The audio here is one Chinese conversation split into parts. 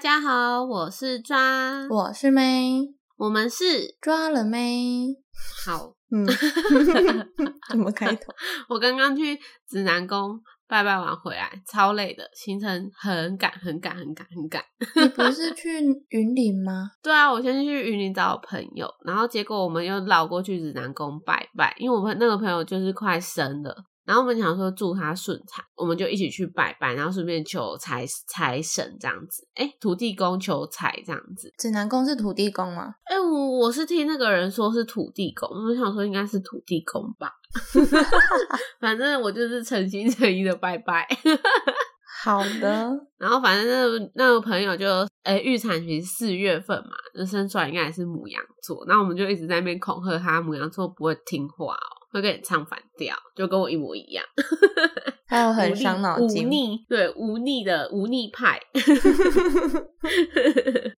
家好，我是抓，我是妹，我们是抓了妹。好。嗯， 怎么开头？我刚刚去指南宫拜拜完回来，超累的，行程很赶，很赶，很赶，很赶。 你不是去云林吗？对啊，我先去云林找我朋友，然后结果我们又绕过去指南宫拜拜，因为我朋那个朋友就是快生了，然后我们想说祝他顺产，我们就一起去拜拜，然后顺便求财财神这样子，哎，土地公求财这样子。指南宫是土地公吗？哎，我我是听那个人说是土地公，我想说应该是土地公 吧，反正我就是诚心诚意的拜拜。 好的，然后反正那个那个朋友就，诶、预产期四月份嘛，那生出来应该也是母羊座，那我们就一直在那边恐吓他，母羊座不会听话哦，会跟你唱反调，就跟我一模一样，还有无很力伤脑无筋，逆，对，无逆的无逆派，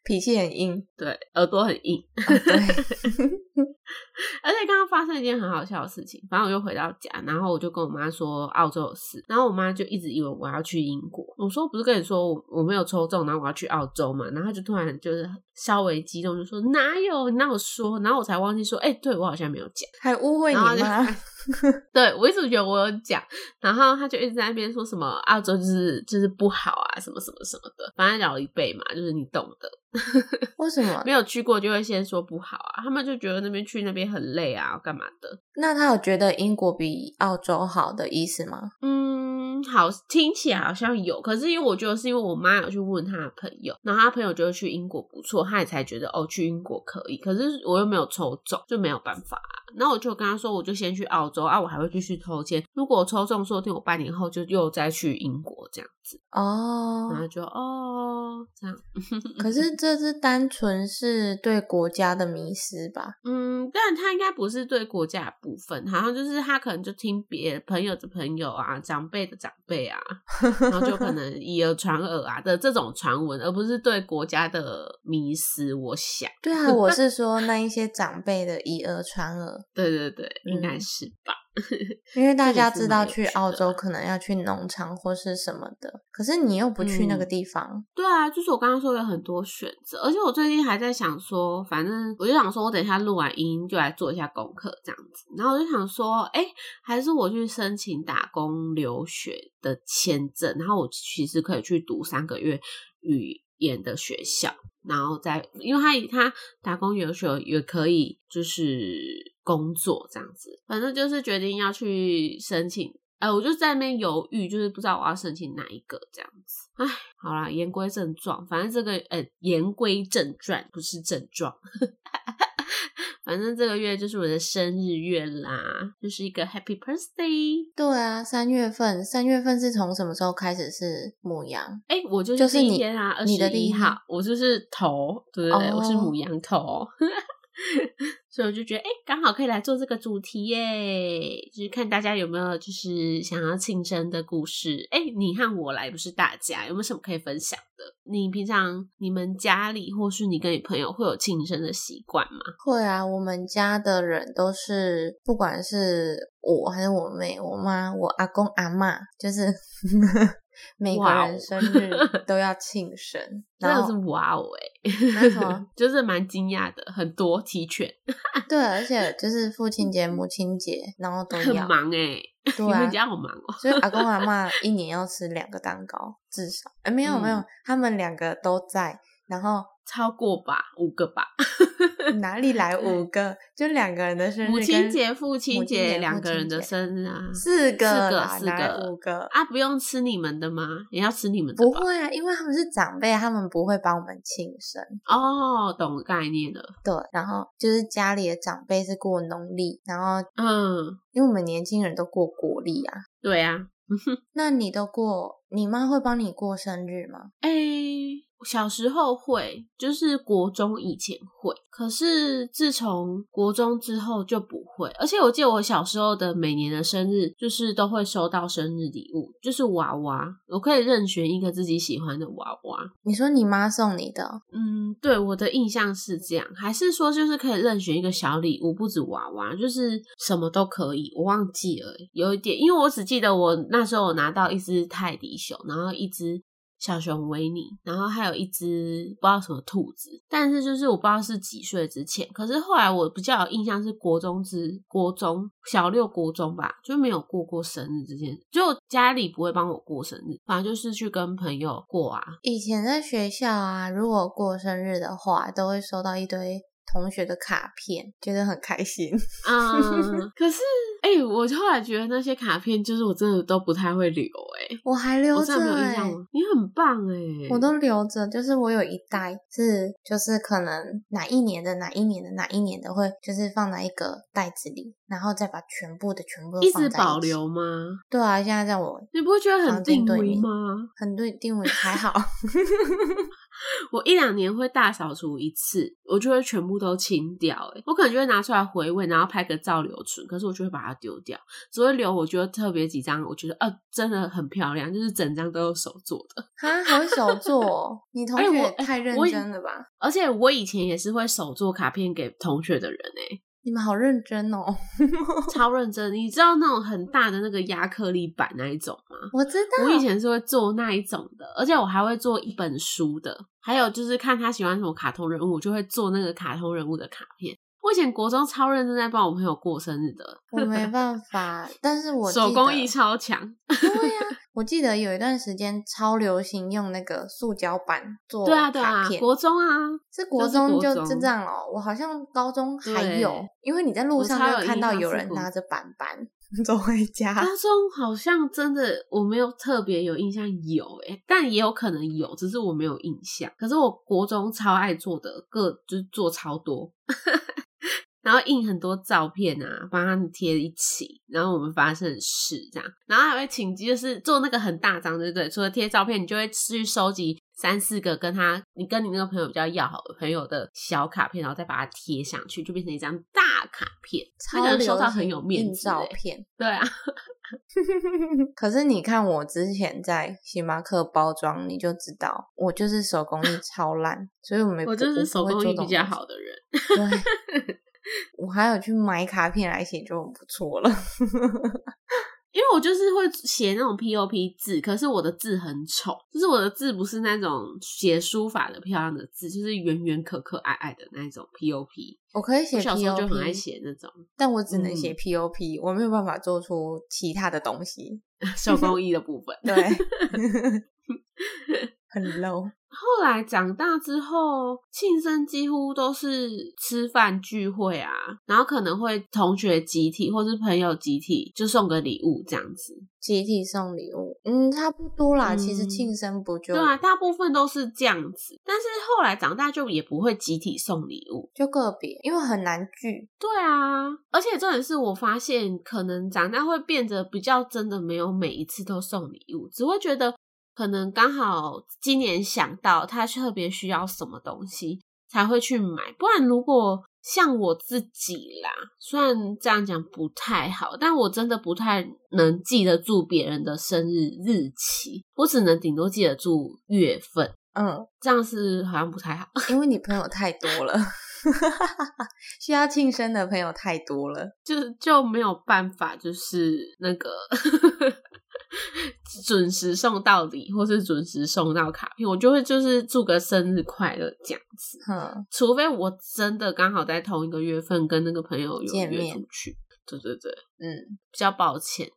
脾气很硬。对，耳朵很硬，哦对， 而且刚刚发生一件很好笑的事情，反正我就回到家，然后我就跟我妈说澳洲有事，然后我妈就一直以为我要去英国。我说不是跟你说我我没有抽中，然后我要去澳洲嘛，然后她就突然就是稍微激动，就说哪有哪有说，然后我才忘记说，哎、对我好像没有讲。还误会你然后她就妈。 对我一直觉得我有讲，然后她就一直在那边说什么澳洲就是就是不好啊，什么什么什么的，反正老一辈嘛，就是你懂的。 为什么没？有去过就会先说不好啊，他们就觉得那边去那边很累啊，干嘛的。那他有觉得英国比澳洲好的意思吗？嗯，好，听起来好像有，可是因为我觉得是因为我妈有去问她的朋友，然后她朋友觉得去英国不错，她也才觉得哦，去英国可以。可是我又没有抽中，就没有办法、啊。然后我就跟她说，我就先去澳洲啊，我还会继续抽签。如果我抽中，说不定我半年后就又再去英国这样子。哦、然后就哦，这样，可是这是单纯是对国家的迷失吧？嗯，但她应该不是对国家的部分，好像就是她可能就听别人朋友的朋友啊，长辈的长辈啊，然后就可能以讹传讹啊的这种传闻，而不是对国家的迷失。我想，对 啊，我是说那一些长辈的以讹传讹，对对对，嗯应该是吧。因为大家这也知是蛮道有趣去的澳洲可能要去农场或是什么的，可是你又不去那个嗯地方，对啊，就是我刚刚说有很多选择，而且我最近还在想说，反正我就想说，我等一下录完音就来做一下功课这样子。然后我就想说，哎，还是我去申请打工留学的签证，然后我其实可以去读三个月语言的学校，然后再因为他他打工留学也可以就是工作这样子，反正就是决定要去申请。哎、我就在那边犹豫，就是不知道我要申请哪一个这样子。哎，好啦，言归正传，反正这个呃，言归正传不是症状， 反正这个月就是我的生日月啦，就是一个 Happy Birthday。对啊，三月份，三月份是从什么时候开始是母羊？哎、我就是就是第一你天啊，二十你的第一一号，我就是头，对不对哦我是母羊头， 所以我就觉得，哎、刚好可以来做这个主题耶，就是看大家有没有就是想要庆生的故事。哎、你和我来不是大家，有没有什么可以分享的？你平常你们家里或是你跟你朋友会有庆生的习惯吗？会啊，我们家的人都是，不管是我还是我妹、我妈、我阿公、阿嬷，就是 每个哇哦人生 日都要庆生，真然的是后哇哦哎、那什么就是蛮惊讶的，很多 提犬，对，而且就是父亲节、母亲节，然后都很要，忙哎、对你啊们，家好忙哦、所以阿公阿嬷一年要吃两个蛋糕至少，哎，没有没有嗯，他们两个都 在，然后超过吧，五个吧。哪里来五个？就两个人的生日，母亲节、父母亲亲节节两父个人亲的节生日啊，四个四个啦四哪来个五个啊，不用吃你们的吗？也要吃你们的不吧？会啊，因为他们是长辈，他们不会帮我们庆生。哦，懂概念了。对，然后就是家里的长辈是过农历，然后嗯，因为我们年轻人都过国历啊。对啊。那你都过，你妈会帮你过生日吗？哎、小时候会，就是国中以前会，可是自从国中之后就不会。而且我记得我小时候的每年的生日，就是都会收到生日礼物，就是娃娃，我可以任选一个自己喜欢的娃娃。你说你妈送你的哦，嗯，对，我的印象是这样，还是说就是可以任选一个小礼物，不止娃娃，就是什么都可以。我忘欸记了，有一点，因为我只记得我那时候我拿到一只泰迪熊，然后一只小熊维尼，然后还有一只不知道什么兔子，但是就是我不知道是几岁之前，可是后来我比较有印象是国中之国中小六国中吧，就没有过过生日这件事，就家里不会帮我过生日，反正就是去跟朋友过啊，以前在学校啊，如果过生日的话，都会收到一堆同学的卡片，觉得很开心。 嗯， 可是哎、欸我后来觉得那些卡片就是我真的都不太会留、欸，我还哎，留我着、真的没有印欸，象了。你很棒哎、欸，我都留着，就是我有一袋是，就是可能哪一年的哪一年的哪一年的会，就是放在一个袋子里，然后再把全部的全部都一放在直起保。留吗？对啊，现在在我你不会觉得很房间定对位面吗？很对定位还 好，我一两年会大扫除一次，我就会全部都清掉、欸。我可能就会拿出来回味，然后拍个照留存。可是我就会把它丢掉，只会留我觉得特别几张，我觉得呃真的很漂亮，就是整张都是手做的。哈，还会手做哦，你同哎学我也太认我以真了吧？而且我以前也是会手做卡片给同学的人哎、你们好认真哦， 超认真。你知道那种很大的那个亚克力板那一种吗？我知道，我以前是会做那一种的，而且我还会做一本书的，还有就是看他喜欢什么卡通人物，我就会做那个卡通人物的卡片。我以前国中超认真在帮我朋友过生日的，我没办法，但是我手记工得艺超强。对呀、我记得有一段时间超流行用那个塑胶板做对啊，对啊卡，片国中啊，是国就是中国就中就这样了。我好像高中还对有，因为你在路我上超就有会看印到象有是人国啊拿着板板 走回高家。中好像真的我没有特别有印象有诶、但也有可能有，只是我没有印象。可是我国中超爱做的，各就是做超多， 然后印很多照片啊，帮他们贴一起，然后我们发生的事这样，然后还会请就是做那个很大张，对不对？除了贴照片，你就会去收集三四个跟他你跟你那个朋友比较要好的朋友的小卡片，然后再把它贴上去，就变成一张大卡片，超那个人收流到很行有面印子、照欸。片， 对啊。可是你看我之前在星巴克包装，你就知道我就是手工 艺超烂，所以哎我没我不就是手不会工做艺这比种较东西好。的人，对，我还有去买卡片来写，就很不错了。 因为我就是会写那种 POP 字，可是我的字很丑，就是我的字不是那种写书法的漂亮的字，就是圆圆可可爱爱的那一种 POP。我可以写我小时候就很爱 POP，写那种 但我只能写嗯 POP，、我没有办法做出其他的东西。手工艺的部分。对， 很 low。后来长大之后，庆生几乎都是吃饭聚会啊，然后可能会同学集体或是朋友集体就送个礼物这样子。集体送礼物，嗯，差不多啦。其实嗯庆生不就对啊，大部分都是这样子，但是后来长大就也不会集体送礼物，就个别，因为很难聚。对啊，而且重点是我发现，可能长大会变得比较真的没有每一次都送礼物，只会觉得可能刚好今年想到他特别需要什么东西才会去买，不然如果像我自己啦，虽然这样讲不太好，但我真的不太能记得住别人的生日日期，我只能顶多记得住月份，嗯，这样是好像不太好。因为你朋友太多了， 需要庆生的朋友太多了。就是就没有办法，就是那个准时送到礼，或是准时送到卡片，我就会就是祝个生日快乐这样子。 哼，除非我真的刚好在同一个月份跟那个朋友有见约面出去，对对对，嗯，比较抱歉。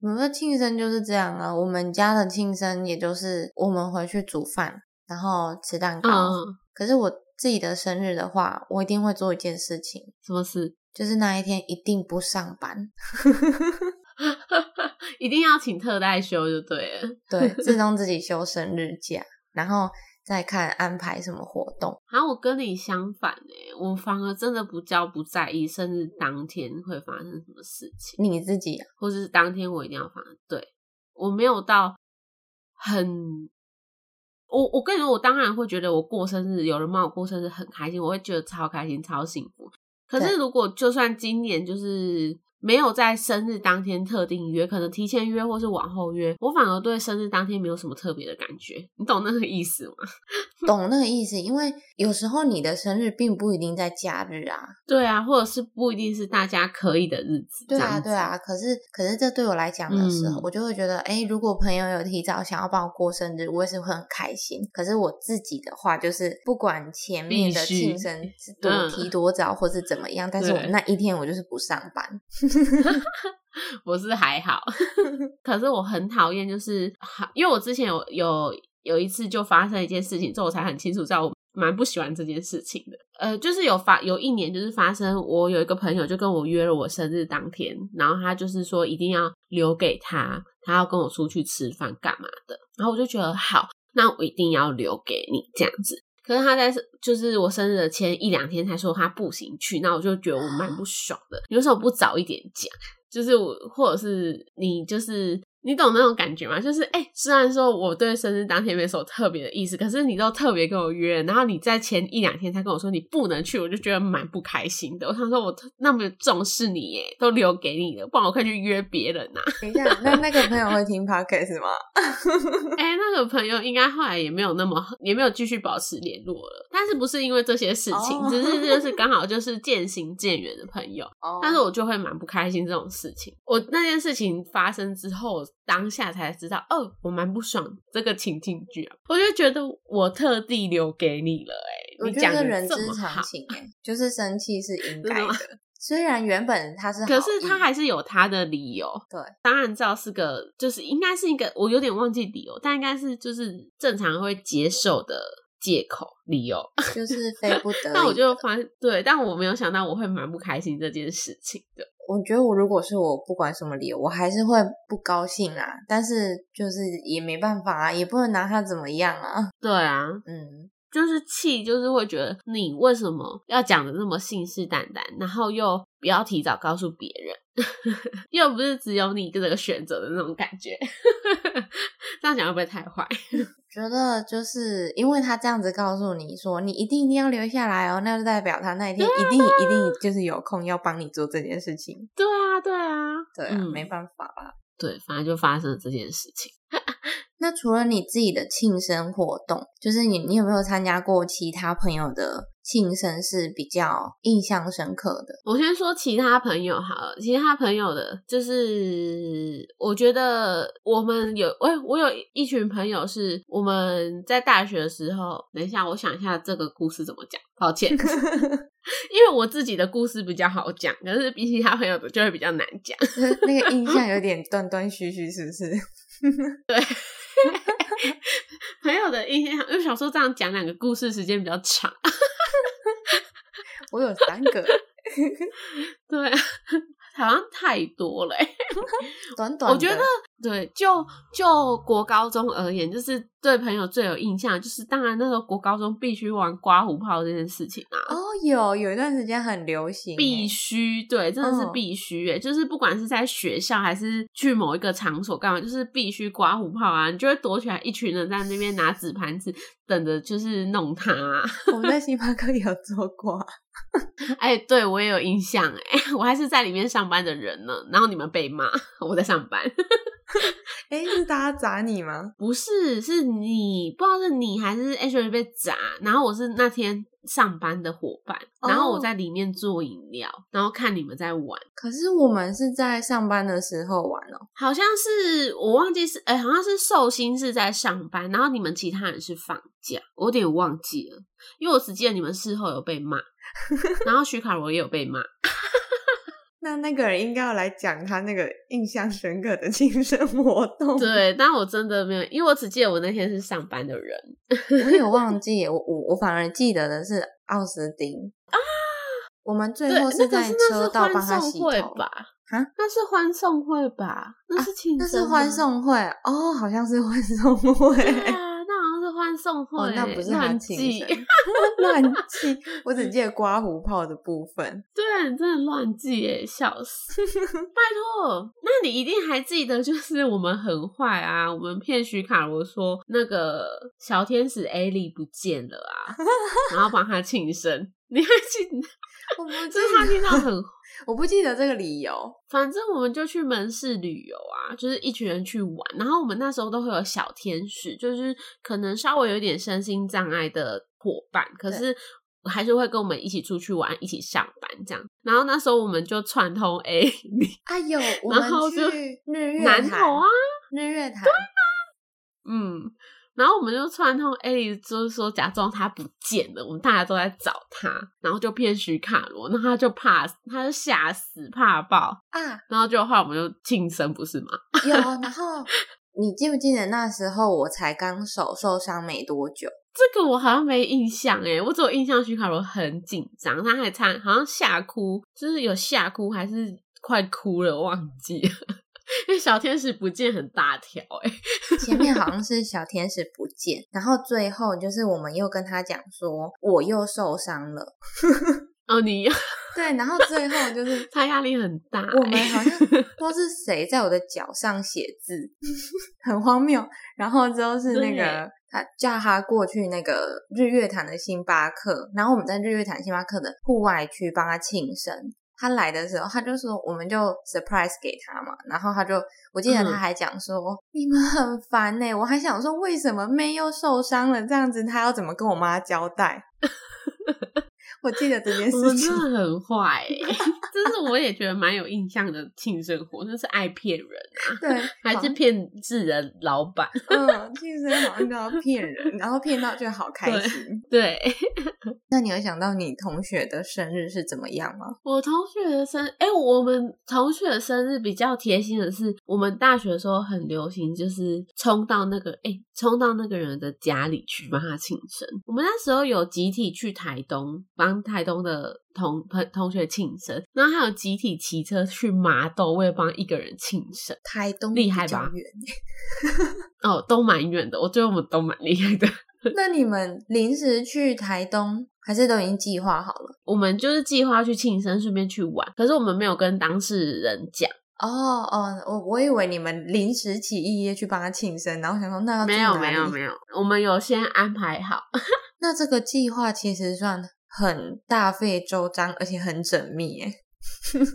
我们的庆生就是这样啊。我们家的庆生也就是我们回去煮饭，然后吃蛋糕。嗯，可是我自己的生日的话，我一定会做一件事情，什么事？ 就是那一天一定不上班。一定要请特代休就对了。对，自动自己休生日假，然后再看安排什么活动。啊，我跟你相反哎、我反而真的不叫不在意生日当天会发生什么事情。你自己啊或是当天我一定要放。对我没有到很，我我跟你说，我当然会觉得我过生日，有人帮我过生日很开心，我会觉得超开心、超幸福。可是对如果就算今年就是没有在生日当天特定约，可能提前约或是往后约，我反而对生日当天没有什么特别的感觉。你懂那个意思吗？懂那个意思，因为有时候你的生日并不一定在假日啊。对啊，或者是不一定是大家可以的日子。对这样啊，子对。啊。可是，可是这对我来讲的时候，嗯我就会觉得，哎，如果朋友有提早想要帮我过生日，我也是会很开心。可是我自己的话，就是不管前面的必须庆生是多嗯提多早，或是怎么样，但是我对那一天我就是不上班。我是还好， 可是我很讨厌，就是因为我之前有有有一次就发生一件事情之后，我才很清楚知道我蛮不喜欢这件事情的。呃，就是有发有一年就是发生，我有一个朋友就跟我约了我生日当天，然后他就是说一定要留给他，他要跟我出去吃饭干嘛的，然后我就觉得好，那我一定要留给你这样子。可是他在就是我生日的前一两天才说他不行去，那我就觉得我蛮不爽的。你为什么不早一点讲？就是我，或者是你，就是你懂那种感觉吗？就是哎、虽然说我对生日当天没什么特别的意思，可是你都特别跟我约，然后你在前一两天才跟我说你不能去，我就觉得蛮不开心的。我想说我特那么重视你耶，都留给你了，不然我快去约别人呐、 等一下，那那个朋友会听 podcast 吗？哎、那个朋友应该后来也没有那么，也没有继续保持联络了。但是不是因为这些事情，哦只是就是刚好就是渐行渐远的朋友。哦但是我就会蛮不开心这种事情。我那件事情发生之后，当下才知道，哦，我蛮不爽这个情境剧啊。我就觉得我特地留给你了、欸，我你觉讲得的这人这之么好常，情哎、就是生气是应真的该的吗。虽然原本他是好意，嗯可是他还是有他的理由。对，当然知道是个，就是应该是一个，我有点忘记理由，但应该是就是正常会接受的借口理由。就是非 不得已。但我就发对，但我没有想到我会蛮不开心这件事情的。我觉得我如果是我，不管什么理由，我还是会不高兴啊。但是就是也没办法啊，也不能拿他怎么样啊。 对啊，嗯，就是气，就是会觉得你为什么要讲的那么信誓旦旦，然后又不要提早告诉别人， 又不是只有你这个选择的那种感觉。 这样讲会不会太坏？ 觉得就是因为他这样子告诉你说你一定一定要留下来哦，那就代表他那一天一定一定就是有空要帮你做这件事情。对啊，对啊，对啊，嗯没办法啦。对，反正就发生了这件事情。那除了你自己的庆生活动，就是你你有没有参加过其他朋友的庆生是比较印象深刻的？ 我先说其他朋友好了，其他朋友的，就是我觉得我们有，哎、我有一群朋友是我们在大学的时候，等一下，我想一下这个故事怎么讲，抱歉，因为我自己的故事比较好讲，可是比起他朋友的就会比较难讲。就是那个印象有点断断续续，是不是？朋友的印象，因为想说这样讲两个故事时间比较长， 我有三个，对、啊，好像太多了、欸。短短的。我觉得对，就就国高中而言，就是对朋友最有印象，就是当然那个国高中必须玩刮胡泡这件事情啊，哦，有有一段时间很流行欸，必须对，真的是嗯必须诶、欸就是不管是在学校还是去某一个场所干嘛，就是必须刮胡泡啊，你就会躲起来，一群人在那边拿纸盘子等着，就是弄它、啊。 我们在星巴克也有做过啊。哎，对我也有印象哎、 我还是在里面上班的人呢，然后你们被骂，我在上班。哎，是大家砸你吗？不是，是你不知道是你还是 H R 被砸，然后我是那天上班的伙伴，哦然后我在里面做饮料，然后看你们在玩，可是我们是在上班的时候玩哦。好像是我忘记是，哎、好像是寿星是在上班，然后你们其他人是放假，我有点忘记了，因为我只记得你们事后有被 骂，然后徐卡罗也有被骂，哦那那个人应该要来讲他那个印象深刻的庆生活动。，对，但我真的没有，因为我只记得我那天是上班的人，我有忘记耶，我我我反而记得的是奥斯汀啊。我们最对，后那个在是那车是道帮欢他洗送会头，吧？啊，那是欢送会吧？那是庆、那是欢。送会哦，好像是欢送会。对啊，那好像是欢送欸会、哦，那不是他乱庆记生，乱记。我只记得刮胡泡的部 分。 对，啊你真的乱记耶，笑死！拜托，那你一定还记得，就是我们很坏啊，我们骗徐卡罗说那个小天使艾莉不见了啊，然后帮他庆生，你还记 得？我不记就是他听到很，我不记得这个理由。反正我们就去门市旅游啊，就是一群人去玩。然后我们那时候都会有小天使，就是可能稍微有点身心障碍的伙伴，可是还是会跟我们一起出去玩，一起上班这样。然后那时候我们就串通 A 哎 呦，我然后们就去 日月南潭，投啊，日月潭，嗯，然后我们就串通 A 莉，就是说假装她不见了，我们大家都在找她，然后就骗徐卡罗，那他就怕，他就吓死怕爆，啊，然后就后来我们就庆生，不是吗？有。然 后你记不记得那时候我才刚手受伤没多久？这个我好像没印象诶，我只有印象徐卡罗很紧张，他还差好像吓哭，就是有吓哭还是快哭了，忘记了。因为小天使不见很大条欸诶，前面好像是小天使不见，然后最后就是我们又跟他讲说我又受伤了，哦，你对，然后最后就是他压力很大欸，我们好 像不知道是谁在我的脚上写字，很荒谬。然后之后是那个对他叫他过去那个日月潭的星巴克，然后我们在日月潭星巴克的户外区帮他庆生。他来的时候，他就说我们就 surprise 给他嘛，然后他就我记得他嗯还讲说、你们很烦欸呢、我还想说为什么妹又受伤了这样子，他要怎么跟我妈交代？ 我记得这件我们事情真，的很坏、 欸，这是我也觉得蛮有印象的庆生活，就是爱骗人，对，还好是骗智人老板。嗯，庆生好像都要骗人，然后骗到就好开对心。对那你有想到你同学的生日是怎么样吗？我同学的生，哎、我们同学的生日比较贴心的是，我们大学的时候很流行，就是冲到那个，哎、冲到那个人的家里去帮他庆生。我们那时候有集体去台东帮台东的同朋同学庆生，然后还有集体骑车去麻豆，为了帮一个人庆生。台东厉害比较吧 远哦，都蛮远的，我觉得我们都蛮厉害的。 那你们临时去台东，还是都已经计划好了？我们就是计划去庆生，顺便去玩，可是我们没有跟当事人讲，哦哦，我我以为你们临时起意要去帮他庆生，然后想说那要没住有哪没有里没有，我们有先安排好，那这个计划其实算很大费周章，而且很缜密，哎，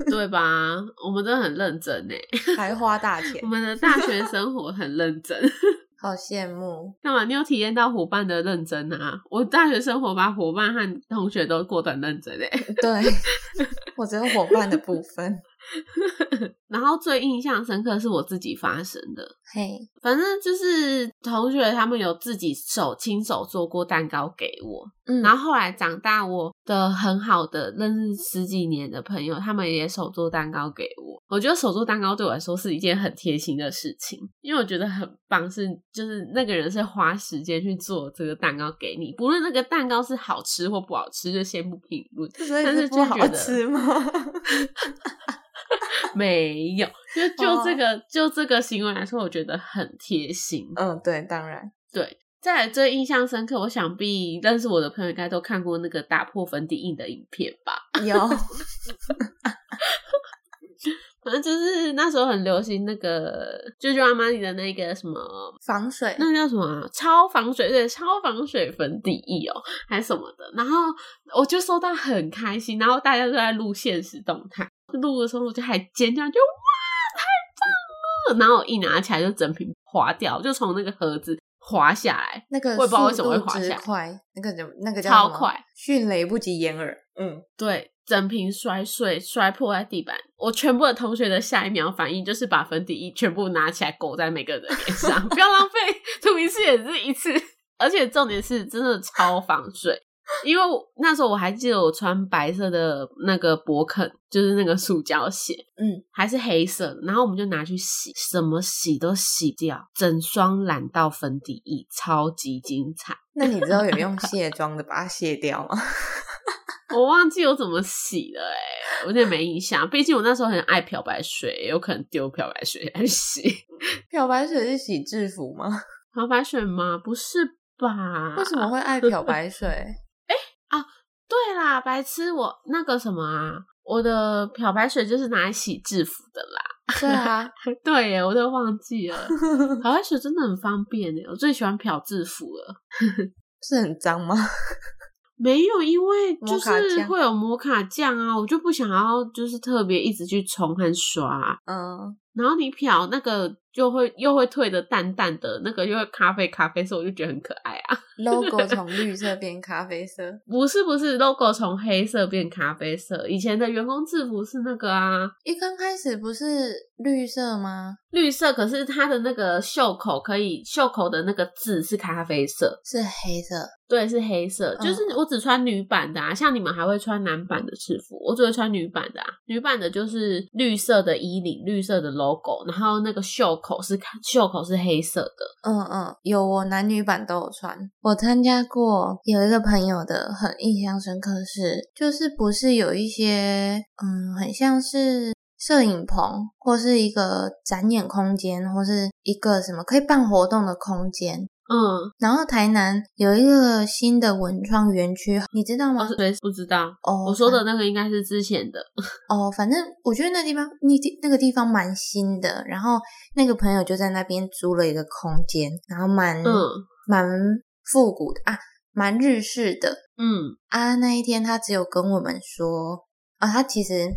对吧？我们真的很认真呢，还花大钱我，们的大学生活很认真。 好羡慕。 干嘛？你有体验到伙伴的认真啊？我大学生活把伙伴和同学都过得很认真诶。欸对， 我只有伙伴的部分。 然后最印象深刻是我自己发生的，嘿，反正就是同学他们有自己手亲手做过蛋糕给我，嗯，然后后来长大，我的很好的认识十几年的朋友，他们也手做蛋糕给我。我觉得手做蛋糕对我来说是一件很贴心的事情，因为我觉得很棒是，就是那个人是花时间去做这个蛋糕给你，不论那个蛋糕是好吃或不好吃，就先不评论。所以但是是不就好觉得吃吗？ 没有，就就哦这个、就这个行为来说，我觉得很贴心。嗯，对，当然，对，再来最印象深刻，我想必认识我的朋友应该都看过那个打破粉底印的影片吧。有反正就是那时候很流行那个啾啾阿玛尼的那个什么，防水，那叫什么啊、超防水对，超防水粉底液哦，还是什么的。然后我就收到很开心，然后大家都在录现实动态，录的时候我就还尖叫，就哇太棒了！然后我一拿起来就整瓶滑掉，就从那个盒子滑下来，那个我也不知道为速什么会度滑之下来快，那个怎么那个叫超什么快，迅雷不及掩耳。嗯，对，整瓶摔碎，摔破在地板。我全部的同学的下一秒反应就是把粉底液全部拿起来勾在每个人的脸上， 不要浪费，涂一次也是一次。而且重点是，真的超防水，因为我那时候我还记得我穿白色的那个勃肯，就是那个塑胶鞋，嗯，还是黑色的，然后我们就拿去洗，什么洗都洗掉，整双染到粉底液，超级精彩。那你知道有 用卸妆的把它卸掉吗？ 我忘记我怎么洗了哎、欸，我有点没印象。毕竟我那时候很爱漂白水，也有可能丢漂白水来洗。漂白水是洗制服吗？ 漂白水吗？不是吧？为什么会爱漂白水？对啦，白痴，我那个什么啊，我的漂白水就是拿来洗制服的啦。 对啊，对耶，我都忘记了。漂白水欸真的很方便耶，我最喜欢漂制服了。是很脏吗？没有，因为摩就卡是酱会有摩卡酱啊，我就不想要就是特别一直去冲和刷，嗯，然后你漂那个就会又会退的淡淡的，那个又会咖啡咖啡色，我就觉得很可爱啊。 logo 从绿色变咖啡色，不是不是，logo 从黑色变咖啡色，以前的员工制服是那个啊，一刚开始不是绿色吗？绿色，可是它的那个袖口可以，袖口的那个字是咖啡色，是黑色，对，是黑色。嗯就是我只穿女版的啊，像你们还会穿男版的制服，我只会穿女版的啊。女版的就是绿色的衣领，绿色的 logo，然后那个袖口是袖口是黑色的。嗯嗯，有我男女版都有穿。我参加过有一个朋友的很印象深刻是，就是不是有一些嗯，很像是摄影棚或是一个展演空间，或是一个什么可以办活动的空间。嗯，然后台南有一个新的文创园区，你知道我吗？谁不知道？哦，我说的那个应该是之前的，哦，反正我觉得那地方，那地那个地方蛮新的。然后那个朋友就在那边租了一个空间，然后蛮、嗯蛮复古的啊，蛮日式的嗯啊。那一天他只有跟我们说啊，他其实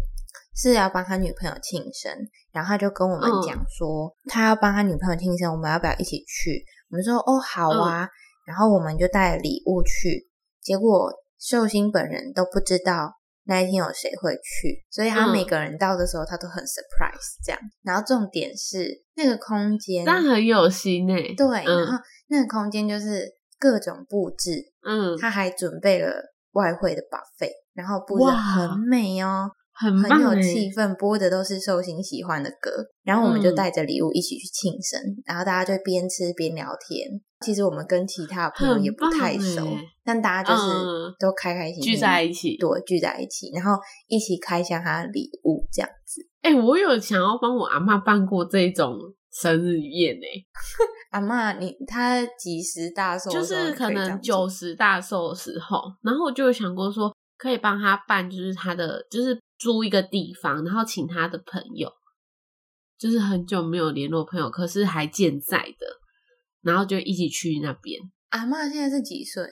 是要帮他女朋友庆生，然后他就跟我们嗯讲说，他要帮他女朋友庆生，我们要不要一起去？我们说哦，好啊。嗯然后我们就带了礼物去，结果寿星本人都不知道那一天有谁会去，所以他嗯每个人到的时候，他都很 surprise 这样。然后重点是那个空间，但很有心诶、对，然嗯后那个空间就是各种布置，嗯，他还准备了外汇的 buffet，然后布置得哇很美哦，很很棒欸有诶、气氛，播的都是寿星喜欢的歌，然后我们就嗯带着礼物一起去庆生，然后大家就边吃边聊天。其实我们跟其他朋友也不太熟很棒欸，但大家就是嗯都开开心心聚在一起。对，聚在一起，然后一起开箱他的礼物这样子。哎、我有想要帮我阿嬷办过这一种生日宴呢、阿嬷，你他几十大寿的就时候是你可以这能样九做十大寿的时候，然后我就有想过说，可以帮他办，就是他的就是租一个地方，然后请他的朋友，就是很久没有联络朋友，可是还健在的，然后就一起去那边。阿嬷现在是几岁？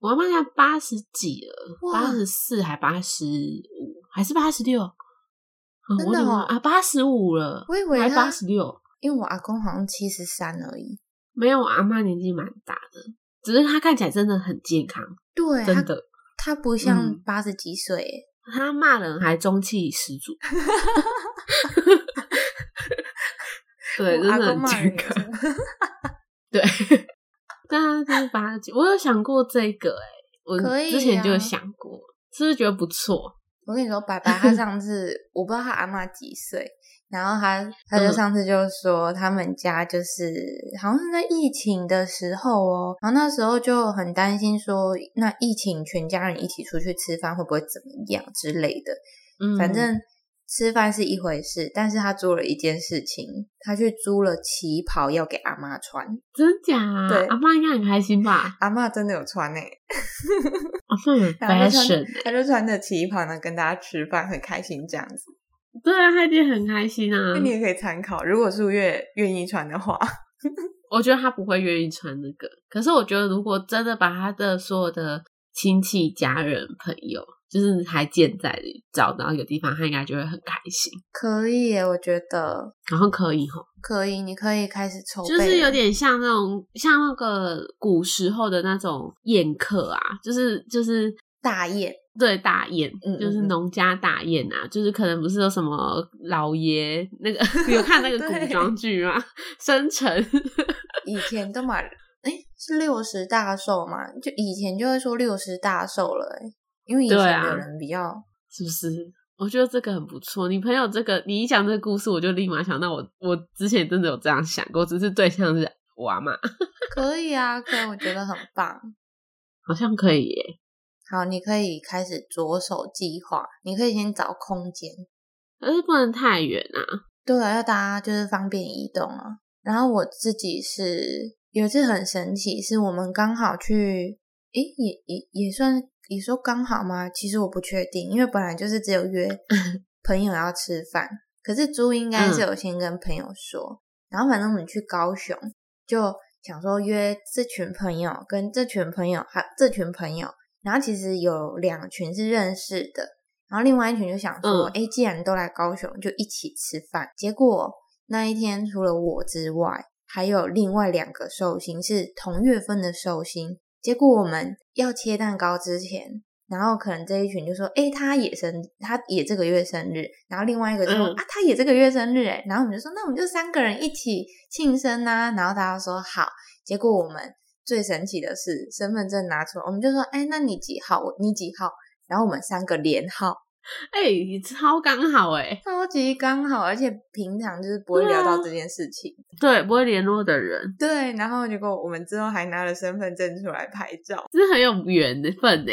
我阿嬷现在八十几了，哇八十四还八十五，还是八十六？嗯真我的怎么哦啊？八十五了，我以为还他八十六。因为我阿公好像七十三而已。没有，我阿妈年纪蛮大的，只是她看起来真的很健康，对，真他的。他不像嗯八十几岁欸耶，她骂人还中气十 足，对，我真阿的公很骂健人也康。真的对，但她就是八十几，我有想过这个哎、我可以之前就有啊想过，是不是觉得不错？ 我跟你说，白白他上 次我不知道他阿嬷几岁，然后他他就嗯上次就说他们家就是好像是在疫情的时候哦，然后那时候就很担心说，那疫情全家人一起出去吃饭会不会怎么样之类的。嗯，反正吃饭是一回事，但是他做了一件事情，他去租了旗袍要给阿妈穿，真假啊对阿妈应该很开心吧？阿妈真的有穿诶、阿妈哦很然后他就 fashion 穿哎、他就穿着旗袍呢跟大家吃饭，很开心这样子。对啊，她一定很开心啊那。你也可以参考，如果素月愿意穿的话，我觉得他不会愿意穿那个。可是我觉得，如果真的把他的所有的亲戚、家人、朋友，就是还健在的找到一个地方，他应该就会很开心。可以耶，我觉得然后可以吼，可以，你可以开始筹备就了，是有点像那种像那个古时候的那种宴客啊，就是就是大宴，对大宴，嗯嗯就是嗯农家大宴啊，就是可能不是有什么老爷那个 有看那个古对装剧吗？ 生辰以前都嘛，哎，是六十大寿嘛，就以前就会说六十大寿了耶，因为以前对啊的人比较，是不是？我觉得这个很不错。你朋友这个，你一讲这个故事，我就立马想到我，我之前真的有这样想过，只是对象是我阿妈，可以啊，可以，我觉得很棒。好像可以耶。好，你可以开始着手计划，你可以先找空间，可是不能太远啊。对啊，要大家就是方便移动啊。然后我自己是有一次很神奇，是我们刚好去，诶，也也也算也说刚好吗？其实我不确定，因为本来就是只有约 朋友要吃饭，可是猪应该是有先跟朋友说，然后反正我们去高雄就想说约这群朋友跟这群朋友还有这群朋友，然后其实有两群是认识的，然后另外一群就想嗯说，哎、既然都来高雄，就一起吃饭。结果那一天除了我之外，还有另外两个寿星是同月份的寿星。结果我们要切蛋糕之前，然后可能这一群就说：“哎、他也生，他也这个月生日。”然后另外一个就说：“嗯啊，他也这个月生日。”哎，然后我们就说：“那我们就三个人一起庆生啊。”然后大家说好。结果我们最神奇的是，身份证拿出来，我们就说：“哎、那你几号？我你几号？”然后我们三个连号，哎、你超刚好哎、超级刚好，而且平常就是不会对啊聊到这件事情。对，不会联络的人，对，然后结果我们之后还拿了身份证出来拍照。这是很有缘分哎、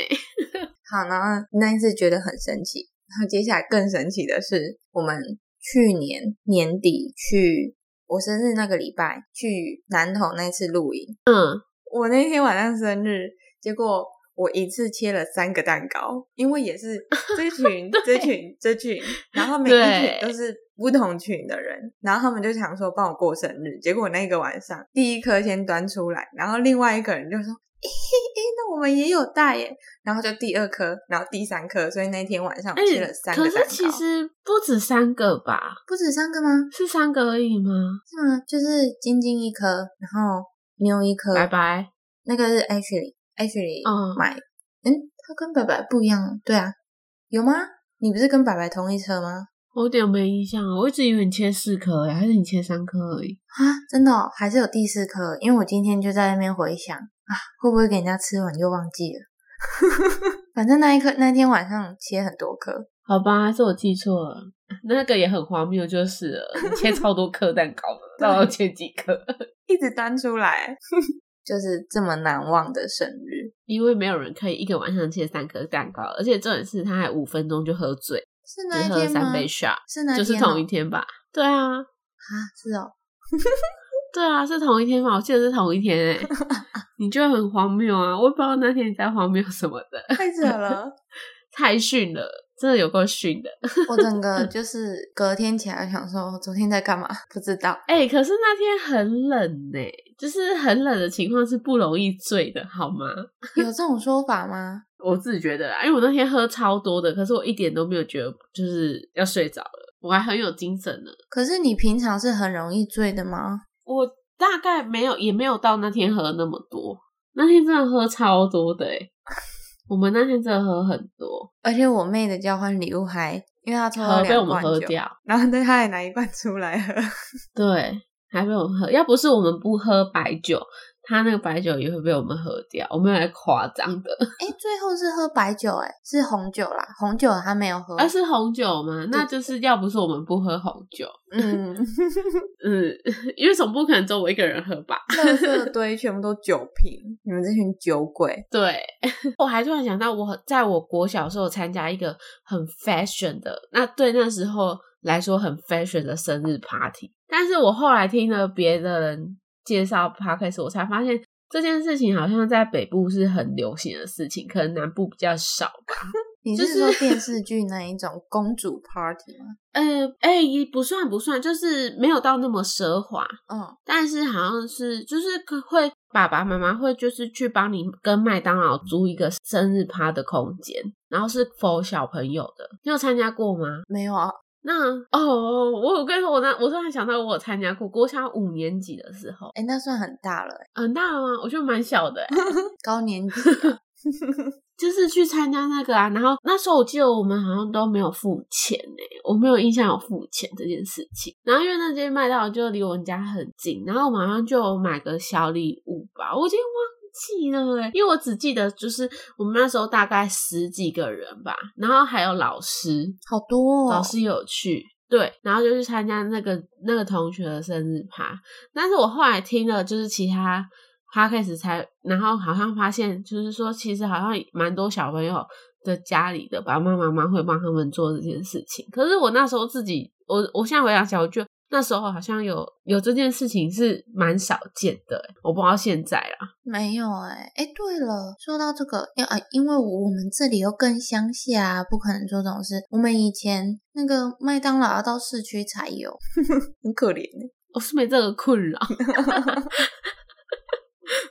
好，然后那一次觉得很神奇。然后接下来更神奇的是，我们去年年底去我生日那个礼拜去南投那次露营，嗯，我那天晚上生日，结果我一次切了三个蛋糕，因为也 是这群、这群、这群，然后每一群对都是不同群的人，然后他们就想说帮我过生日，结果那个晚上第一颗先端出来，然后另外一个人就说：“诶、诶、那我们也有带耶。”然后就第二颗，然后第三颗，所以那天晚上我哎、切了三个可蛋糕，是其实不止三个吧？不止三个吗？是三个而已吗？是吗？就是晶晶一颗，然后妞一颗，拜拜，那个是 Ashley，Ashley 嗯买，嗯，他跟白白不一样哦，对啊，有吗？你不是跟白白同一车吗？我有点没印象了，我一直以为你切四颗哎、还是你切三颗而已？啊，真的、哦，还是有第四颗，因为我今天就在那边回想啊，会不会给人家吃完就忘记了？ 反正那一颗那天晚上切很多颗，好吧，还是我记错了。那个也很荒谬，就是了，你切超多颗蛋糕的， 那我要切几颗？ 一直端出来， 就是这么难忘的生日。因为没有人可以一个晚上切三颗蛋糕，而且重点是他还五分钟就喝醉，是只那一喝了天三吗？杯 shot，是那天、哦、就是同一天吧？对啊，啊，是哦，对啊，是同一天吧？我记得是同一天诶、 你觉得很荒谬啊！我也不知道那天你在荒谬什么的，太扯了。太逊了，真的有够逊的。我整个就是隔天起来想说，哦昨天在干嘛？不知道。哎、可是那天很冷呢、就是很冷的情况是不容易醉的，好吗？有这种说法吗？我自己觉得啦，因为我那天喝超多的，可是我一点都没有觉得就是要睡着了，我还很有精神呢。可是你平常是很容易醉的吗？我大概没有，也没有到那天喝那么多，那天真的喝超多的、欸，我们那天真的喝很多，而且我妹的交换礼物还，因为她抽到喝被我两们罐喝酒，掉。然后对她还拿一罐出来喝。对，还被我们喝。要不是我们不喝白酒，他那个白酒也会被我们喝掉。我没有来夸张的，哎，最后是喝白酒，哎，是红酒啦，红酒她没有喝。那、是红酒吗？那就是要不是我们不喝红酒， 嗯，嗯， 因为总不可能只有我一个人喝吧？垃圾堆全部都酒瓶，你们这群酒鬼！对， 我还突然想到，我在我国小的时候参加一个很 fashion 的，那对那时候来说很 fashion 的生日 party。但是我后来听了别的人介绍 party，我才发现这件事情好像在北部是很流行的事情，可能南部比较少。你就是是说电视剧那一种公主 party 吗？呃，哎、也不算不算，就是没有到那么奢华，嗯，但是好像是就是可会爸爸妈妈会就是去帮你跟麦当劳租一个生日趴的空间，然后是 for 小朋友的。你有参加过吗？没有啊，那哦，我我跟你说，我那我突然想到，我有参加过，我小五年级的时候，哎，那算很大了，诶很大了吗？我觉得蛮小的、欸，高年级啊就是去参加那个啊。然后那时候我记得我们好像都没有付钱呢、我没有印象有付钱这件事情。然后因为那间麦当劳就离我们家很近，然后我马上就有买个小礼物吧，我已经忘。记了、欸，因为我只记得就是我们那时候大概十几个人吧，然后还有老师，好多哦。老师有去，对，然后就去参加那个那个同学的生日趴。但是我后来听了就是其他 podcast 才，然后好像发现就是说，其实好像蛮多小朋友的家里的爸爸妈妈会帮他们做这件事情。可是我那时候自己，我我现在回想起来，我觉得。那时候好像有有这件事情是蛮少见的、欸我不知道现在啦。没有哎、哎，对了，说到这个，因啊，因为我们这里又更乡下、啊，不可能做这种事。我们以前那个麦当劳要到市区才哦 有，很可怜、欸我是没这个困扰。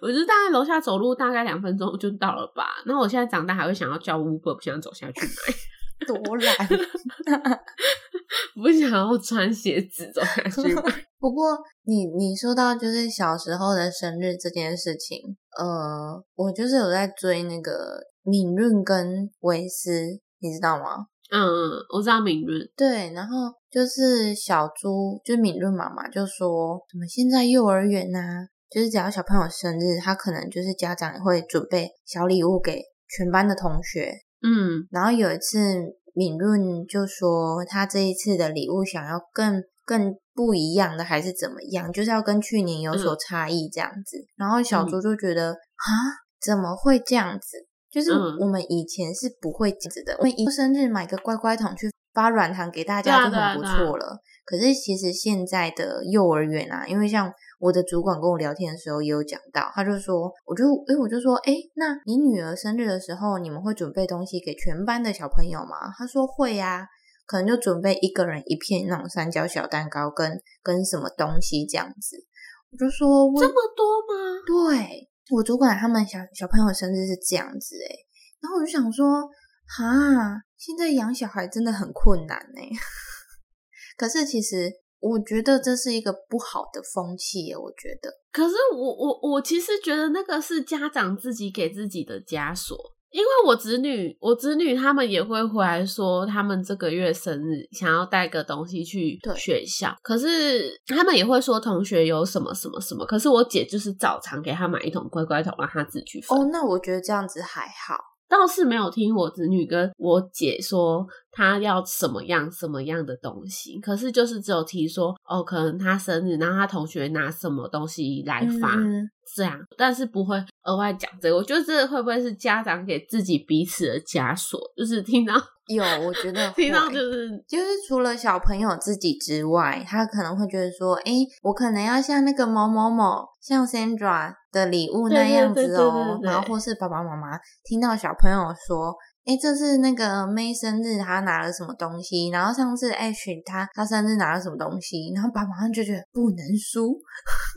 我就大概楼下走路大概两分钟就到了吧。那我现在长大还会想要叫 Uber，不想走下去买， 多懒。啊不想要穿鞋子走下 去买。 不过你你说到就是小时候的生日这件事情，呃，我就是有在追那个敏润跟维斯，你知道吗？嗯，我知道敏润，对，然后就是小猪，就是敏润妈妈就说，怎么现在幼儿园呐、就是只要小朋友生日，他可能就是家长也会准备小礼物给全班的同学。嗯然后有一次，敏润就说他这一次的礼物想要更更不一样的，还是怎么样，就是要跟去年有所差异这样子。然后小猪就觉得啊、怎么会这样子？就是嗯我们以前是不会这样子的，我们一生日买个乖乖桶去发软糖给大对家啊就对啊很不对啊错了。可是其实现在的幼儿园啊，因为像我的主管跟我聊天的时候也有讲到，他就说，我就诶、我就说，诶、那你女儿生日的时候，你们会准备东西给全班的小朋友吗？他说会呀、可能就准备一个人一片那种三角小蛋糕跟跟什么东西这样子。我就说为这么多吗？对我主管他们小小朋友生日是这样子诶、欸然后我就想说，哈，现在养小孩真的很困难诶、 可是其实我觉得这是一个不好的风气耶、我觉得可是我我我其实觉得那个是家长自己给自己的枷锁，因为我子女我子女他们也会回来说他们这个月生日想要带个东西去对学校，可是他们也会说同学有什么什么什么，可是我姐就是照常给他买一桶乖乖桶让他自己去分，哦，那我觉得这样子还好，倒是没有听我子女跟我姐说她要什么样什么样的东西，可是就是只有提说哦，可能她生日，然后她同学拿什么东西来发。嗯，这样，但是不会额外讲这个。我觉得这会不会是家长给自己彼此的枷锁？就是听到 有，我觉得听到会就是就是除了小朋友自己之外，他可能会觉得说，诶，我可能要像那个某某某，像 Sandra 的礼物那样子对哦对对对对，对然后或是爸爸妈妈听到小朋友说。诶，这是那个 May 生日，他拿了什么东西？然后上次 Ash 他他生日拿了什么东西？然后爸爸妈妈就觉得不能输，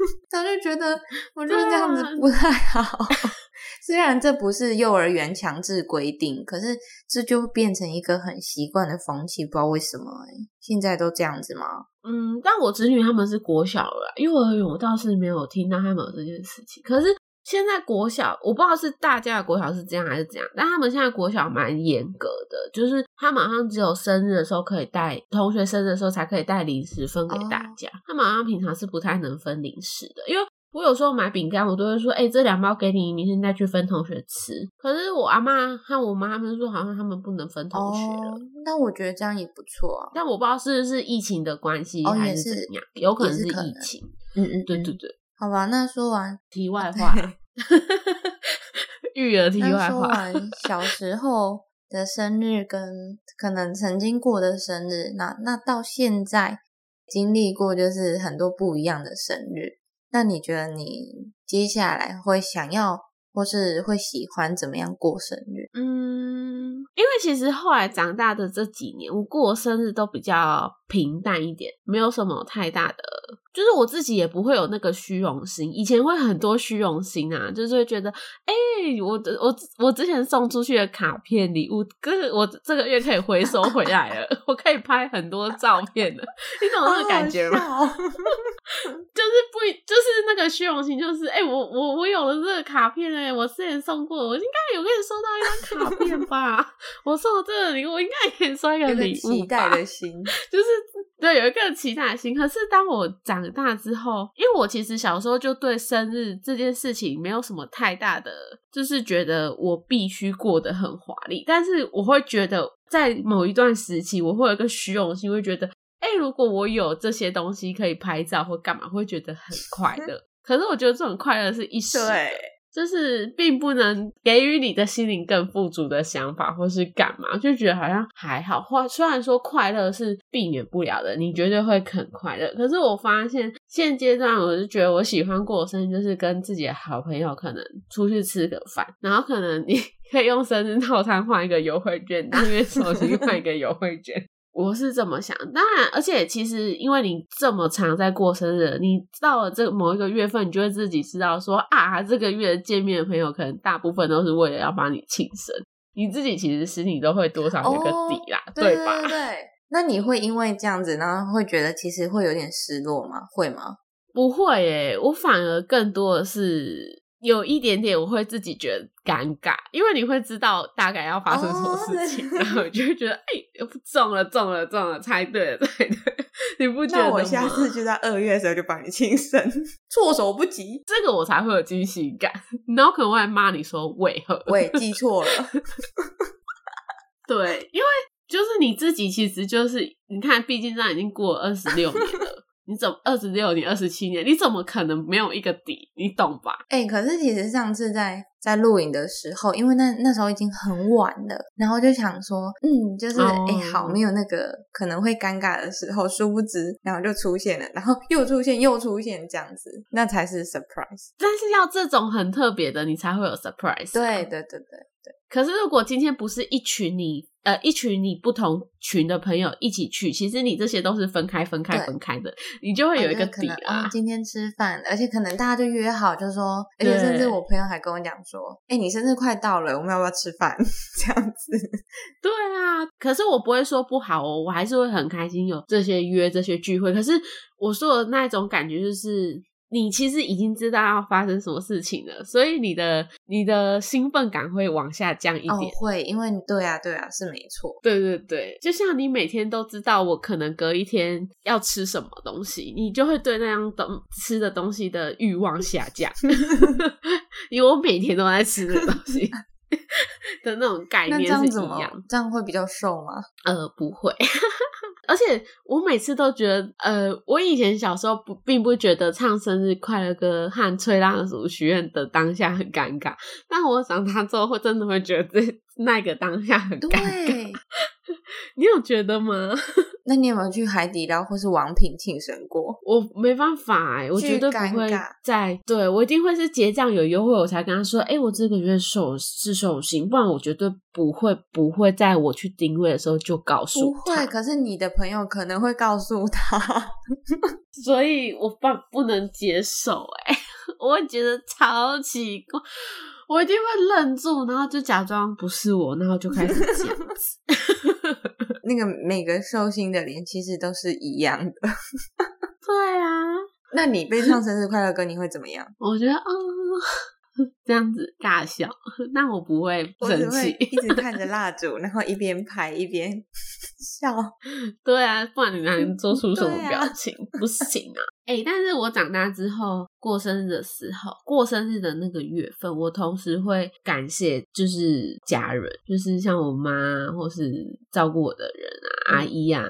他就觉得我觉得这样子对啊不太好。 虽然这不是幼儿园强制规定，可是这就变成一个很习惯的风气，不知道为什么、欸、现在都这样子吗？嗯，但我侄女他们是国小了啦，幼儿园我倒是没有听到他们有这件事情。可是现在国小，我不知道是大家的国小是这样还是怎样，但他们现在国小蛮严格的，就是他们好像只有生日的时候可以带，同学生日的时候才可以带零食分给大家。他们好像平常是不太能分零食的，因为。我有时候买饼干，我都会说：“哎、这两包给你，明天再去分同学吃。”可是我阿妈和我妈他们说，好像他们不能分同学了。哦，那我觉得这样也不错啊。但我不知道是不是疫情的关系哦还也是是怎样，有可能也是是可能疫情。嗯嗯，对嗯对对，好吧。那说完，题 外话， 育儿题那外说话， 完小时候的生日跟可能曾经过的生日，那那到现在经历过就是很多不一样的生日。那你觉得你接下来会想要或是会喜欢怎么样过生 日？嗯，因为其实后来长大的这几年，我过生日都比较平淡一点，没有什么太大的，就是我自己也不会有那个虚荣心。以前会很多虚荣心啊，就是会觉得，哎、我的我我之前送出去的卡片礼物，跟我这个月可以回收回来了， 我可以拍很多照片了，你懂那个哦感觉吗？好好笑 哦就是不一就是那个虚荣心，就是哎、欸我我我有了这个卡片哎、我之前送过，我应该有给你收到一张卡片吧？ 我送了这个礼物，我应该也可以收一个有个礼物期吧待？的心，就是对有一个期待心。可是当我长大之后，因为我其实小时候就对生日这件事情没有什么太大的，就是觉得我必须过得很华丽，但是我会觉得在某一段时期，我会有一个虚荣心，会觉得。哎、如果我有这些东西可以拍照或干嘛，会觉得很快乐。可是我觉得这种快乐是一时的，对，就是并不能给予你的心灵更富足的想法，或是干嘛，就觉得好像还好。或虽然说快乐是避免不了的，你绝对会很快乐。可是我发现现阶段，我就觉得我喜欢过的生日，就是跟自己的好朋友可能出去吃个饭，然后 可能你可以用生日套餐换一个优惠券，当月手机换一个优惠券。我是这么想，当然，而且其实因为你这么长在过生日，你到了这某一个月份，你就会自己知道说啊，这个月见面的朋友可能大部分都是为了要帮你庆生，你自己其实心里都会多少有个底啦，哦 对对吧？对对。那你会因为这样子，然后会觉得其实会有点失落吗？会吗？不会诶、我反而更多的是有一点点我会自己觉得尴尬，因为你会知道大概要发生什么事情，哦对然后你就会觉得哎、中了中了中了，猜对了猜对了， 你不觉得吗？就在二月的时候就帮你庆生，措手不及。这个我才会有惊喜感， 然后可能我还骂你说为何？我也记错 了， 对，因为就是你自己，其实就是你看，毕竟这样已经过了二十六年 了，你怎么二十六年、二十七年，你怎么可能没有一个底？你懂吧？哎、可是其实上次在在录影的时候，因为那那时候已经很晚了，然后就想说，嗯，就是哎、哦好没有那个可能会尴尬的时候，殊不知，然后就出现了，然后又出现又出现这样子，那才是 surprise。但是要这种很特别的，你才会有 surprise。对，对对对，可是如果今天不是一群你呃一群你不同群的朋友一起去，其实你这些都是分开、分开、对分开的，你就会有一个哦对可底能啊。哦，今天吃饭，而且可能大家就约好，就说，而且对甚至我朋友还跟我讲说，哎、你生日快到了，我们要不要吃饭？这样子，对啊，可是我不会说不好哦，我还是会很开心有这些约这些聚会。可是我说的那种感觉就是，你其实已经知道要发生什么事情了，所以你的你的兴奋感会往下降一点。哦，会，因为对啊，对啊，是没错，对对对，就像你每天都知道我可能隔一天要吃什么东西，你就会对那样东吃的东西的欲望下 降，因为我每天都在吃的东西 的那种概那这念是样一怎么样。？这样会比较瘦吗？呃，不会。而且我每次都觉得，呃，我以前小时候不并不觉得唱生日快乐歌和吹蜡烛许愿的当下很尴尬，但我长大之后会真的会觉得这那个当下很 尴尬。对，你有觉得吗？ 那你有没有去海底捞或是王品庆生过？我没办法哎、我巨绝对不尴会尬在对我一定会是结账有优惠，我才跟他说，哎、我这个月手是手型，不然我绝对不会不会在我去定位的时候就告不诉他。会，可是你的朋友可能会告诉他。 所以我爸不能接受、欸， 我会觉得超奇怪，我一定会愣住，然后就假装不是我，然后就开始 讲。那个每个寿星的脸其实都是一样的。对啊，那你被唱生日快乐歌，你会怎么样？我觉得哦， 这样子大笑，那我不会我只生会气。一直看着蜡烛，然后一边拍一边 笑。对啊，不然你能做出什对么啊表情？不行啊！ 哎、但是我长大之后过生日的时候，过生日的那个月份，我同时会感谢就是家人，就是像我妈或是照顾我的人啊、嗯阿姨啊，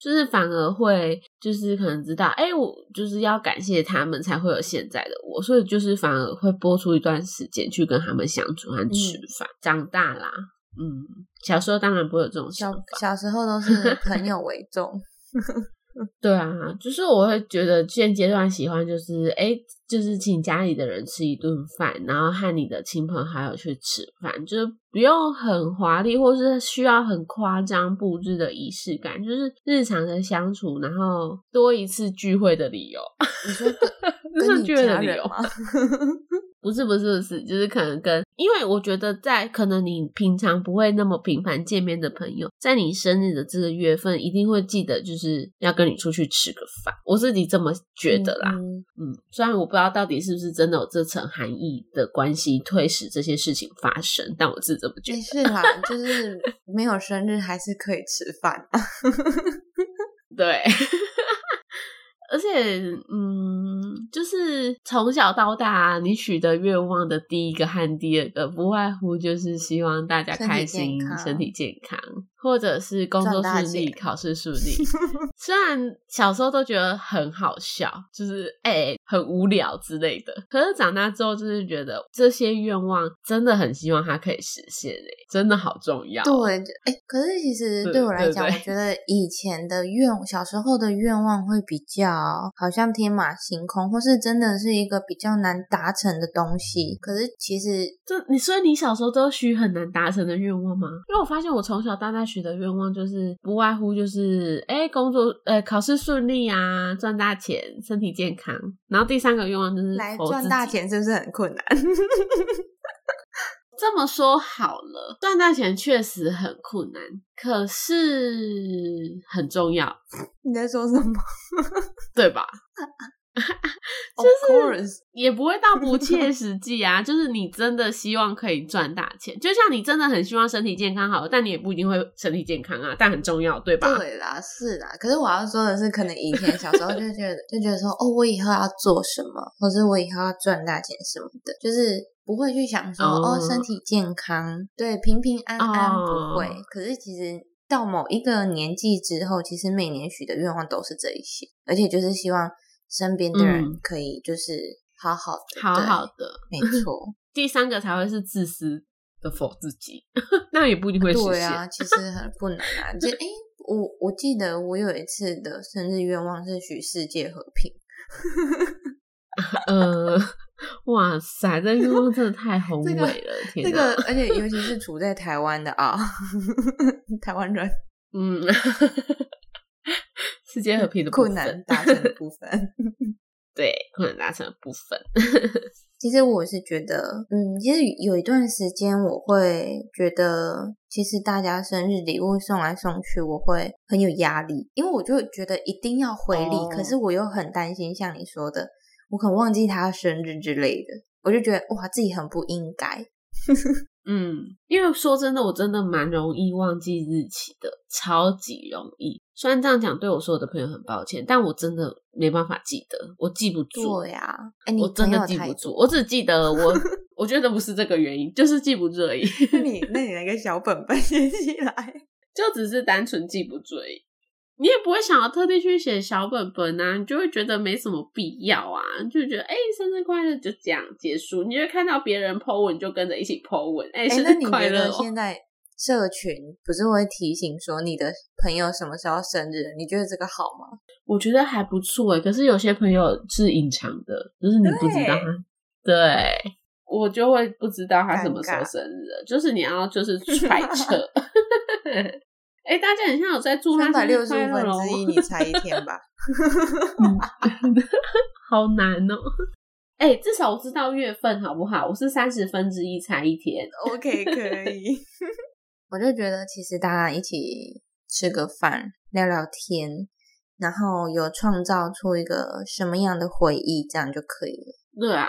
就是反而会就是可能知道，哎、我就是要感谢他们才会有现在的我，所以就是反而会播出一段时间去跟他们相处嗯和吃饭。长大啦，嗯，小时候当然不会有这种想小法。小时候都是朋友为重， 对啊，就是我会觉得现阶段喜欢就是，哎，就是请家里的人吃一顿饭，然后和你的亲朋好友去吃饭，就是不用很华丽或是需要很夸张布置的仪式感，就是日常的相处，然后多一次聚会的理由，你说 就是啊跟你聚会家的理人由。吗？不是不是不是，就是可能跟，因为我觉得在可能你平常不会那么频繁见面的朋友，在你生日的这个月份，一定会记得就是要跟你出去吃个饭。我自己这么 觉得啦，嗯嗯嗯虽然我不知道到底是不是真的有这层含义的关系推使这些事情发生，但我是这么觉没得。事啦，就是没有生日还是可以吃饭。啊 对， 而且，嗯，就是从小到大，你许的愿望的第一个和第二个，不外乎就是希望大家身体开健心、康身体健康，或者是工作赚大顺利、钱考试 顺利。虽然小时候都觉得很好笑，就是哎、很无聊之类的，可是长大之后就是觉得这些愿望真的很希望它可以实现、欸，真的好重要哦。对，哎、可是其实对对我来对讲，我对觉得以前的愿，小时候的愿望会比较好像天马行空，或是真的是一个比较难达成的东西。可是其实这你所以你小时候都有许很难达成的愿望吗？因为我发现我从小到大许的愿望就是不外乎就是，哎、工作，呃，考试顺利啊，赚大钱，身体健康。然后第三个愿望就是来否赚嗯自大己钱是不是很困难？ 这么说好了，赚大钱确实很困难，可是很重要，你在说什么？对吧？就是也不会到不 切实际啊，就是你真的希望可以赚大钱，就像你真的很希望身体健康好了，但你也不一定会身体健康啊，但很重要，对吧？对啦，是啦。可是我要说的是，可能以前小时候就觉得就觉得说，哦，我以后要做什么，或是我以后要赚大钱什么的，就是不会去想说，哦哦，身体健康，对，平平安安哦不会。可是其实到某一个年纪之后，其实每年许的愿望都是这一些，而且就是希望身边的人嗯可以就是好好的，好对好，的，没错。第三个才会是自私的否自己， 那 也不一定会实对现。啊，其实很不难啊。就诶、我我记得我有一次的生日愿望是许世界和平，呃， 哇塞，这愿望真的太宏伟这了，个天哪！这个 而且尤其是处在台湾的啊， 台湾人嗯，世界和平的部困分难达 成的部分。对困难达成的部分，其实我是觉得，嗯，其实有一段时间我会觉得，其实大家生日礼物送来送去，我会很有压力，因为我就觉得一定要回礼，哦可是我又很担心，像你说的，我可能忘记他生日之类的，我就觉得哇，自己很不应该。嗯，因为说真的，我真的蛮容易忘记日期的，超级容易。虽然这样讲对我所有的朋友很抱歉，但我真的没办法记得，我记不住。对呀、哎、你我真朋的友记太不多住，我只记得我，我觉得不是这个原因，就是记不住而已， 那你那你那个小本本写起来，就只是单纯记不住而已。你也不会想要特地去写小本本啊，你就会觉得没什么必要啊，你就觉得哎、生日快乐就这样结束，你就会看到别人 po 文就跟着一起 po 文，哎、哎、生那日你快觉乐、得哦。现在社群不是会提醒说你的朋友什么时候生日？你觉得这个好吗？我觉得还不错哎，可是有些朋友是隐藏的，就是你不知道他。对，我就会不知道他什么时候尴尬生日了，就是你要就是 揣测。 哎、大家很像有在祝他三百生六日十快五乐分哦之一，你猜一天 吧。好难哦。 哎、至少我知道月份好不好？我是三十分之一才一天，哦 OK，可以。 我就觉得其实大家一起吃个饭、聊聊天，然后有创造出一个什么样的回忆，这样就可以了。对啊。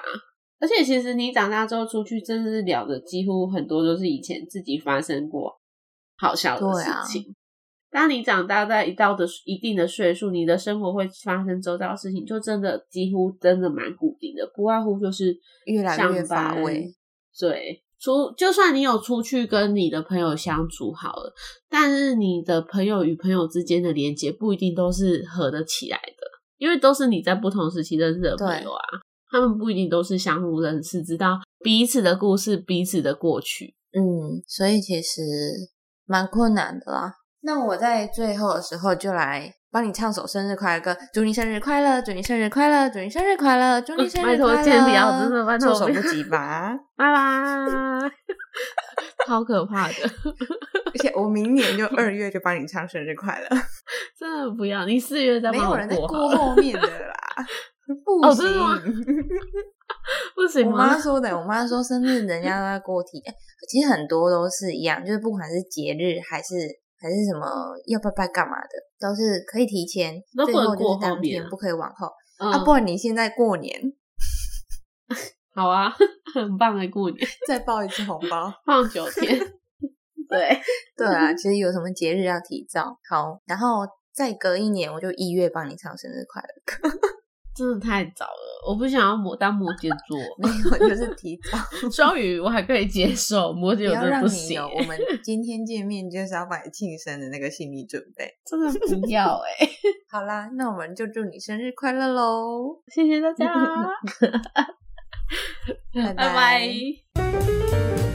而且其实你长大之后出去，真的是聊的几乎很多都是以前自己发生过好笑的对事啊情。当你长大在一到的一定的岁数，你的生活会发生周遭的事情，就真的几乎真的蛮固定的，不外乎就是越来越上乏班味。对，出就算你有出去跟你的朋友相处好了，但是你的朋友与朋友之间的连接不一定都是合得起来的，因为都是你在不同时期认识的朋友啊，他们不一定都是相互认识，知道彼此的故事、彼此的过去。嗯，所以其实蛮困难的啦。那我在最后的时候就来帮你唱首生日快乐歌，祝你生日快乐，祝你生日快乐，祝你生日快乐，祝你啊生拜日快托乐。千万不要 真的拜托措手不要不及吧？拜拜，超可怕的， 而且我明年 就二月就帮你唱生日快乐，真的不要！你四月再没帮有我人在过好过了，后面的 啦。不哦行真，的吗不行我吗妈？说的，我妈说生日人家都要过体，哎其实很多都是一样，就是不管是节日还是还是什么要拜拜干嘛的，都是可以提前，那最不能后就过是当后面天啊不可以往后。嗯，啊，不然你现在过年好啊， 很棒的过年，再包一次红 包。放九天，对。 对啊，其实有什么节日要提早。好，然后再隔一年，我就一月帮你唱生日快乐歌，真的太早了，我不想要摩当摩羯 座，没有，就是提 早，双鱼我还可以接受，摩不羯我要真的让不你行有欸、我们今天见面就是要帮你庆生的那个心理准备。真的 不要哎、好啦，那我们就祝你生日快乐喽！ 谢谢大家，拜拜拜拜。